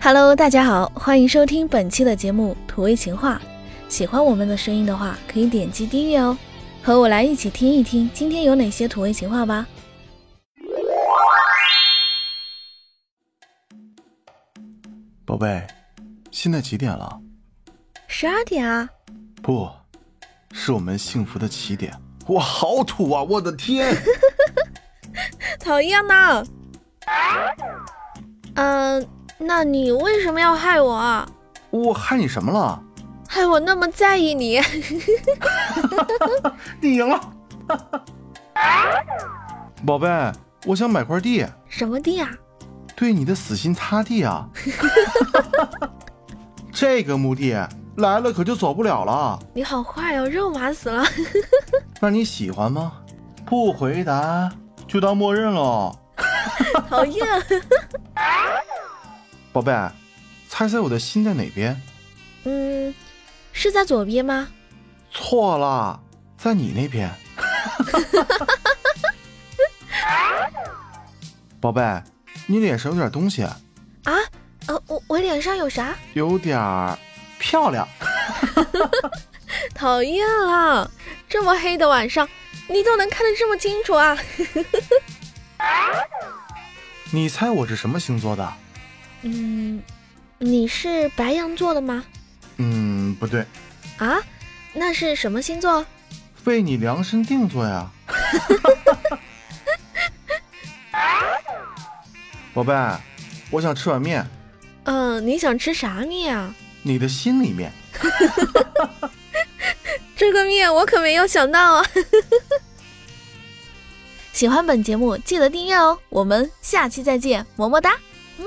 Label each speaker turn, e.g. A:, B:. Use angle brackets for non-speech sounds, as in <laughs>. A: Hello，大家好，欢迎收听本期的节目《土味情话》。喜欢我们的声音的话，可以点击订阅哦。和我来一起听一听今天有哪些土味情话吧。
B: 宝贝，现在几点了？
A: 十二点啊，
B: 不，是我们幸福的起点。哇，好土啊！我的天，
A: 讨厌呐！嗯、那你为什么要害我啊？
B: <laughs> 我害你什么了？
A: 害我那么在意你？
B: 你赢了。 <laughs> 宝贝，我想买块地，
A: 什么地啊？
B: 对你的死心塌地 <laughs> 啊！这个墓地来了可就走不了了。
A: 你好坏哦，肉麻死 <laughs> 了！
B: 那你喜欢吗？不回答就当默认喽。
A: 讨厌，
B: 宝贝，猜猜我的心在哪边？
A: 嗯，是在左边吗？
B: 错了，在你那边。 <laughs> 宝贝，你脸上有点东西，
A: 啊，呃，我我脸上有啥？
B: 有点儿漂亮。
A: 讨厌啦！这么黑的晚上，你都能看得这么清楚啊？
B: 你猜我是什么星座的？
A: 嗯，你是白羊座的吗？
B: 嗯，不对，
A: 啊，那是什么星座？
B: 为你量身定做呀。 <laughs> 宝贝，我想吃碗面，
A: 嗯、你想吃啥面啊？
B: 你的心里面。
A: 这个面我可没有想到 <laughs> 啊！喜欢本节目记得订阅哦，我们下期再见，么么哒，么。